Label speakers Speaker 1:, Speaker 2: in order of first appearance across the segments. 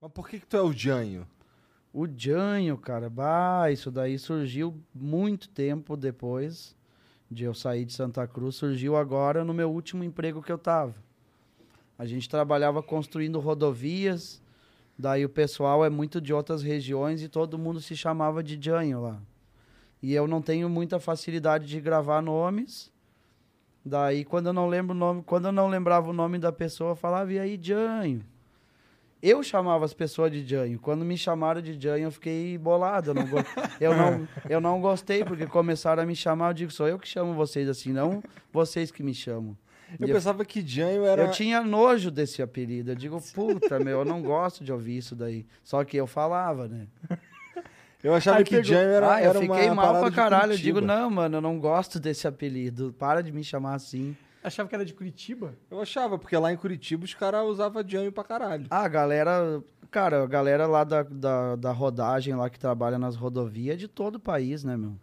Speaker 1: Mas por que, que tu é o Janho?
Speaker 2: O Janho, cara, bah, isso daí surgiu muito tempo depois de eu sair de Santa Cruz, surgiu agora no meu último emprego que eu tava. A gente trabalhava construindo rodovias, daí o pessoal é muito de outras regiões e todo mundo se chamava de Janho lá. E eu não tenho muita facilidade de gravar nomes. Daí quando eu não lembro o nome, quando eu não lembrava o nome da pessoa, eu falava e aí Janho. Eu chamava as pessoas de Janho. Quando me chamaram de Janho, eu fiquei bolado. Eu não, go- eu não, eu não gostei, porque começaram a me chamar. Eu digo, sou eu que chamo vocês assim, não vocês que me chamam.
Speaker 1: Eu
Speaker 2: E eu-
Speaker 1: pensava que Janho era.
Speaker 2: Eu tinha nojo desse apelido. Eu digo, puta, meu, eu não gosto de ouvir isso daí. Só que eu falava, né?
Speaker 1: Eu achava
Speaker 3: Aí
Speaker 1: que
Speaker 3: pegou-
Speaker 1: Janho era.
Speaker 2: ah, eu
Speaker 1: era uma
Speaker 2: fiquei mal
Speaker 1: parada
Speaker 2: pra
Speaker 1: de
Speaker 2: caralho. Eu
Speaker 1: Curitiba.
Speaker 2: digo, não, mano, eu não gosto desse apelido. Para de me chamar assim.
Speaker 3: Achava que era de Curitiba?
Speaker 1: Eu achava, porque lá em Curitiba os caras usavam Janho pra caralho.
Speaker 2: Ah, a galera. Cara, a galera lá da, da, da rodagem, lá que trabalha nas rodovias, é de todo o país, né, meu?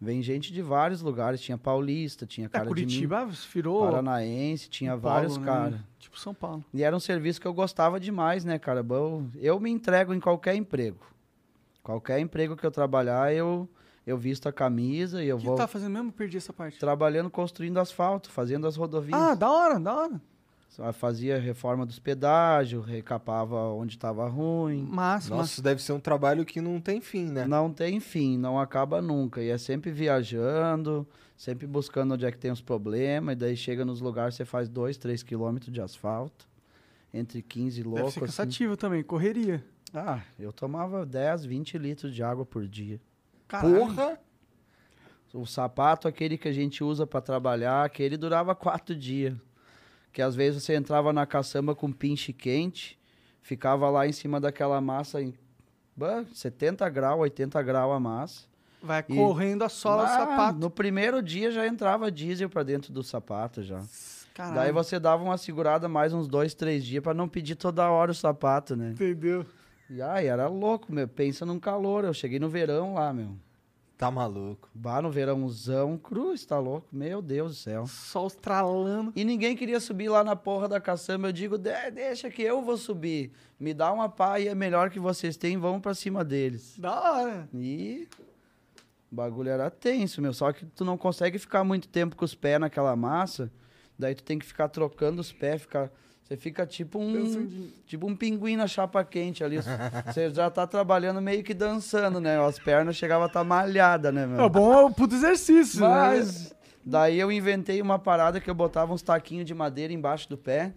Speaker 2: Vem gente de vários lugares. Tinha paulista, tinha
Speaker 3: Ah,
Speaker 2: cara
Speaker 3: Curitiba
Speaker 2: de
Speaker 3: virou
Speaker 2: mim, paranaense, tinha
Speaker 3: São Paulo,
Speaker 2: vários
Speaker 3: né?
Speaker 2: caras.
Speaker 3: Tipo São Paulo.
Speaker 2: E era um serviço que eu gostava demais, né, cara? Eu, eu me entrego em qualquer emprego. Qualquer emprego que eu trabalhar, eu, eu visto a camisa e eu
Speaker 3: O que
Speaker 2: vou
Speaker 3: tu tá fazendo mesmo? Perdi essa parte.
Speaker 2: trabalhando, construindo asfalto, fazendo as rodovias.
Speaker 3: Ah, da hora, da hora.
Speaker 2: Só Fazia reforma dos pedágios, recapava onde estava ruim.
Speaker 3: Massa,
Speaker 1: Nossa,
Speaker 3: massa.
Speaker 1: isso deve ser um trabalho que não tem fim, né?
Speaker 2: Não tem fim, não acaba nunca. E é sempre viajando, sempre buscando onde é que tem os problemas. E daí chega nos lugares, você faz dois, três quilômetros de asfalto. Entre 15
Speaker 3: Deve ser
Speaker 2: loucos. Assim.
Speaker 3: cansativo também, correria.
Speaker 2: Ah, eu tomava 10, 20 litros de água por dia.
Speaker 3: Caralho.
Speaker 1: Porra!
Speaker 2: O sapato, aquele que a gente usa para trabalhar, aquele durava quatro dias. Que às vezes você entrava na caçamba com pinche quente, ficava lá em cima daquela massa em bah, 70 graus, 80 graus a massa.
Speaker 3: Vai
Speaker 2: E-
Speaker 3: correndo a sola do
Speaker 2: Ah,
Speaker 3: sapato.
Speaker 2: No primeiro dia já entrava diesel para dentro do sapato já.
Speaker 3: Caralho.
Speaker 2: Daí você dava uma segurada mais uns dois, três dias para não pedir toda hora o sapato, né?
Speaker 3: Entendeu?
Speaker 2: E ai, era louco, meu. Pensa num calor. Eu cheguei no verão lá, meu.
Speaker 1: Tá maluco.
Speaker 2: Bah, no verãozão, cruz, tá louco? Meu Deus do céu.
Speaker 3: Sol estralando.
Speaker 2: E ninguém queria subir lá na porra da caçamba. Eu digo, "De- deixa que eu vou subir. Me dá uma paia melhor que vocês têm, vamos pra cima deles.
Speaker 3: Da hora.
Speaker 2: E o bagulho era tenso, meu. Só que tu não consegue ficar muito tempo com os pés naquela massa. Daí tu tem que ficar trocando os pés, ficar... Você fica tipo um, tipo um pinguim na chapa quente ali. Você já tá trabalhando meio que dançando, né? As pernas chegavam a estar tá malhadas, né, meu?
Speaker 3: É bom, é um puto exercício. Né?
Speaker 2: Mas daí eu inventei uma parada que eu botava uns taquinhos de madeira embaixo do pé.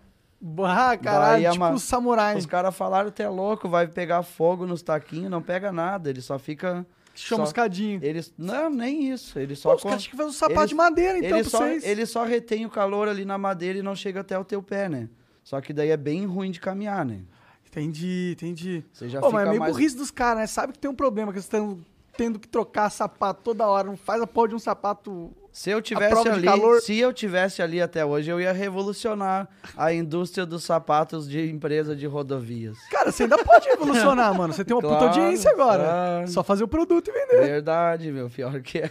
Speaker 3: Ah, caralho,
Speaker 2: Daí é
Speaker 3: tipo
Speaker 2: uma-
Speaker 3: um samurai.
Speaker 2: Os caras falaram, tu é louco, vai pegar fogo nos taquinhos, não pega nada, ele só fica. só-
Speaker 3: Chamuscadinho.
Speaker 2: Eles. Não, nem isso. Ele
Speaker 3: Pô,
Speaker 2: só.
Speaker 3: os
Speaker 2: con-
Speaker 3: caras tinham que fazer um sapato
Speaker 2: eles-
Speaker 3: de madeira, então,
Speaker 2: ele,
Speaker 3: pra
Speaker 2: só
Speaker 3: vocês.
Speaker 2: ele só retém o calor ali na madeira e não chega até o teu pé, né? Só que daí é bem ruim de caminhar, né?
Speaker 3: Entendi, entendi.
Speaker 2: Você já
Speaker 3: Pô,
Speaker 2: fica
Speaker 3: mas é meio
Speaker 2: mais.
Speaker 3: burrice dos caras, né? Sabe que tem um problema, que eles estão tendo que trocar sapato toda hora. Não faz a porra de um sapato...
Speaker 2: Se eu
Speaker 3: prova
Speaker 2: tivesse
Speaker 3: de
Speaker 2: ali,
Speaker 3: calor-
Speaker 2: se eu tivesse ali até hoje, eu ia revolucionar a indústria dos sapatos de empresa de rodovias.
Speaker 3: Cara, você ainda pode evolucionar, mano. Você tem uma puta
Speaker 2: Claro,
Speaker 3: audiência agora.
Speaker 2: claro.
Speaker 3: Só fazer o produto e vender.
Speaker 2: Verdade, meu, pior que é.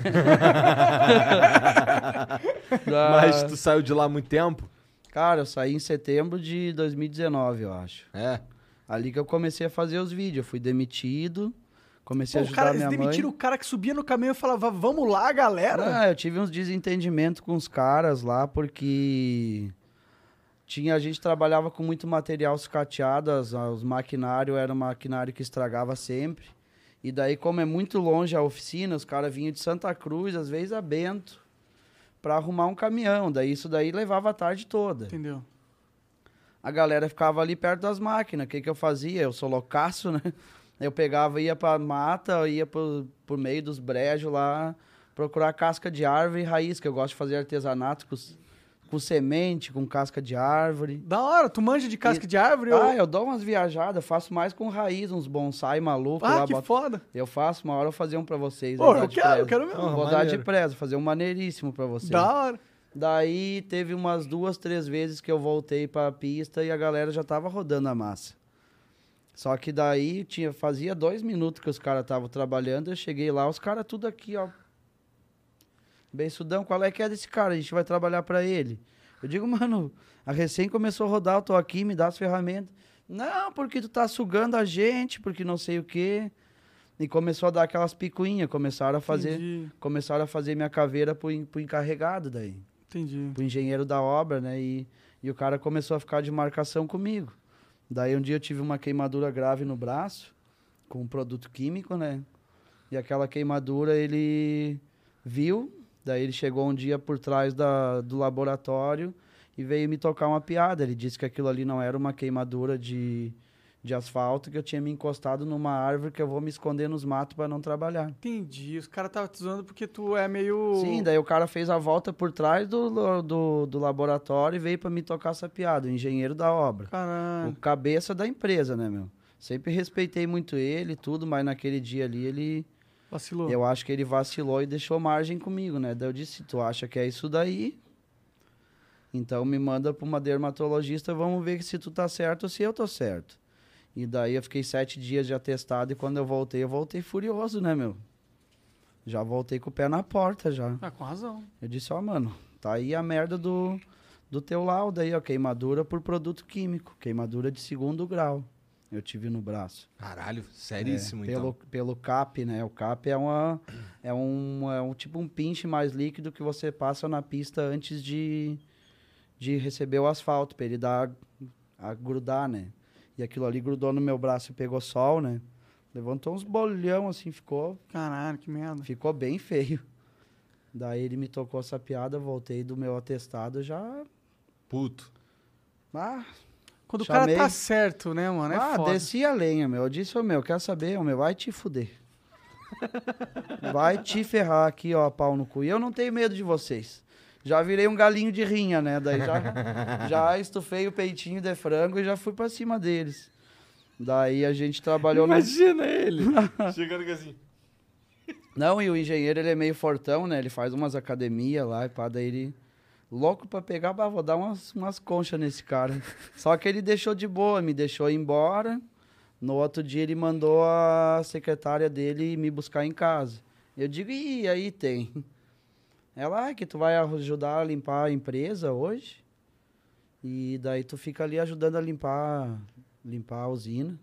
Speaker 2: Da-
Speaker 1: Mas tu saiu de lá há muito tempo?
Speaker 2: Cara, eu saí em setembro de 2019, eu acho.
Speaker 1: É.
Speaker 2: Ali que eu comecei a fazer os vídeos. Eu fui demitido, comecei
Speaker 3: Pô,
Speaker 2: a
Speaker 3: o
Speaker 2: ajudar
Speaker 3: cara, eles
Speaker 2: minha
Speaker 3: demitiram
Speaker 2: mãe.
Speaker 3: o cara que subia no caminhão e falava, vamos lá, galera.
Speaker 2: Ah, eu tive uns desentendimentos com os caras lá, porque tinha a gente trabalhava com muito material sucateado, as- ah, os maquinários eram maquinário que estragava sempre. E daí, como é muito longe a oficina, os caras vinham de Santa Cruz, às vezes a Bento, pra arrumar um caminhão. Daí isso daí levava a tarde toda.
Speaker 3: Entendeu?
Speaker 2: A galera ficava ali perto das máquinas. O que, que eu fazia? Eu sou loucaço, né? Eu pegava, ia pra mata, ia por, por meio dos brejos lá, procurar casca de árvore e raiz, que eu gosto de fazer artesanato com, s- com semente, com casca de árvore.
Speaker 3: Da hora, tu manja de casca de árvore?
Speaker 2: Ah,
Speaker 3: eu...
Speaker 2: eu dou umas viajadas, faço mais com raiz, uns bonsai maluco
Speaker 3: ah
Speaker 2: lá.
Speaker 3: que
Speaker 2: boto-
Speaker 3: foda.
Speaker 2: Eu faço, uma hora eu vou fazer um pra vocês.
Speaker 3: Pô,
Speaker 2: aí, dar
Speaker 3: eu
Speaker 2: de
Speaker 3: quero, eu
Speaker 2: presa.
Speaker 3: quero mesmo.
Speaker 1: Porra,
Speaker 2: Vou dar de
Speaker 1: maneiro.
Speaker 2: presa, fazer um maneiríssimo pra vocês.
Speaker 3: Da hora.
Speaker 2: Daí teve umas duas, três vezes que eu voltei pra pista e a galera já tava rodando a massa. Só que daí tinha, fazia dois minutos que os caras estavam trabalhando, eu cheguei lá, os caras tudo aqui, ó. Beiçudão, qual é que é desse cara? A gente vai trabalhar pra ele. Eu digo, mano, a recém começou a rodar, eu tô aqui, me dá as ferramentas. Não, porque tu tá sugando a gente, porque não sei o quê. E começou a dar aquelas picuinhas, começaram a fazer,
Speaker 3: Entendi,
Speaker 2: começaram a fazer minha caveira pro, en- pro encarregado daí
Speaker 3: entendi.
Speaker 2: pro engenheiro da obra, né? E, e o cara começou a ficar de marcação comigo. Daí um dia eu tive uma queimadura grave no braço, com um produto químico, né? E aquela queimadura ele viu, daí ele chegou um dia por trás da, do laboratório e veio me tocar uma piada. Ele disse que aquilo ali não era uma queimadura de, de asfalto, que eu tinha me encostado numa árvore que eu vou me esconder nos matos para não trabalhar.
Speaker 3: Entendi. Os caras estavam te zoando porque tu é meio.
Speaker 2: Sim, daí o cara fez a volta por trás do, do, do laboratório e veio pra me tocar essa piada, o engenheiro da obra. O
Speaker 3: Caralho.
Speaker 2: cabeça da empresa, né, meu? Sempre respeitei muito ele e tudo, mas naquele dia ali ele.
Speaker 3: Vacilou.
Speaker 2: Eu acho que ele vacilou e deixou margem comigo, né? Daí eu disse: tu acha que é isso daí? Então me manda pra uma dermatologista, vamos ver se tu tá certo ou se eu tô certo. E daí eu fiquei sete dias de atestado e quando eu voltei, eu voltei furioso, né, meu? Já voltei com o pé na porta já.
Speaker 3: Ah, com razão.
Speaker 2: Eu disse, ó, mano, tá aí a merda do, do teu laudo aí, ó, queimadura por produto químico, queimadura de segundo grau. Eu tive no braço. É,
Speaker 1: Caralho, seríssimo,
Speaker 2: pelo,
Speaker 1: então.
Speaker 2: pelo CAP, né? O CAP é, uma, é, um, é um tipo um pinche mais líquido que você passa na pista antes de, de receber o asfalto, pra ele dar a grudar, né? E aquilo ali grudou no meu braço e pegou sol, né? Levantou uns bolhão assim, ficou
Speaker 3: Caralho, que merda.
Speaker 2: Ficou bem feio. Daí ele me tocou essa piada, voltei do meu atestado já.
Speaker 1: Puto.
Speaker 2: Ah,
Speaker 3: Quando o
Speaker 2: Chamei.
Speaker 3: cara tá certo, né, mano? É
Speaker 2: ah
Speaker 3: foda.
Speaker 2: desci a lenha, meu. Eu disse, ô meu, quer saber, ô meu, vai te fuder. vai te ferrar aqui, ó, pau no cu. E eu não tenho medo de vocês. Já virei um galinho de rinha, né? Daí já, já estufei o peitinho de frango e já fui pra cima deles. Daí a gente trabalhou no.
Speaker 1: Imagina ele. Chegando que assim.
Speaker 2: Não, e o engenheiro, ele é meio fortão, né? Ele faz umas academias lá e pá, daí ele... Louco pra pegar, bah, vou dar umas, umas conchas nesse cara. Só que ele deixou de boa, me deixou ir embora. No outro dia ele mandou a secretária dele me buscar em casa. Eu digo, e aí tem. Ela, ah, que tu vai ajudar a limpar a empresa hoje? E daí tu fica ali ajudando a limpar, limpar a usina.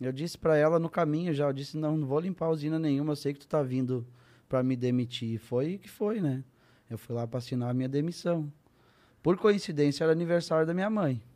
Speaker 2: Eu disse pra ela no caminho já, eu disse, não, não vou limpar usina nenhuma, eu sei que tu tá vindo pra me demitir. Foi o que foi, né? Eu fui lá pra assinar a minha demissão. Por coincidência, era aniversário da minha mãe.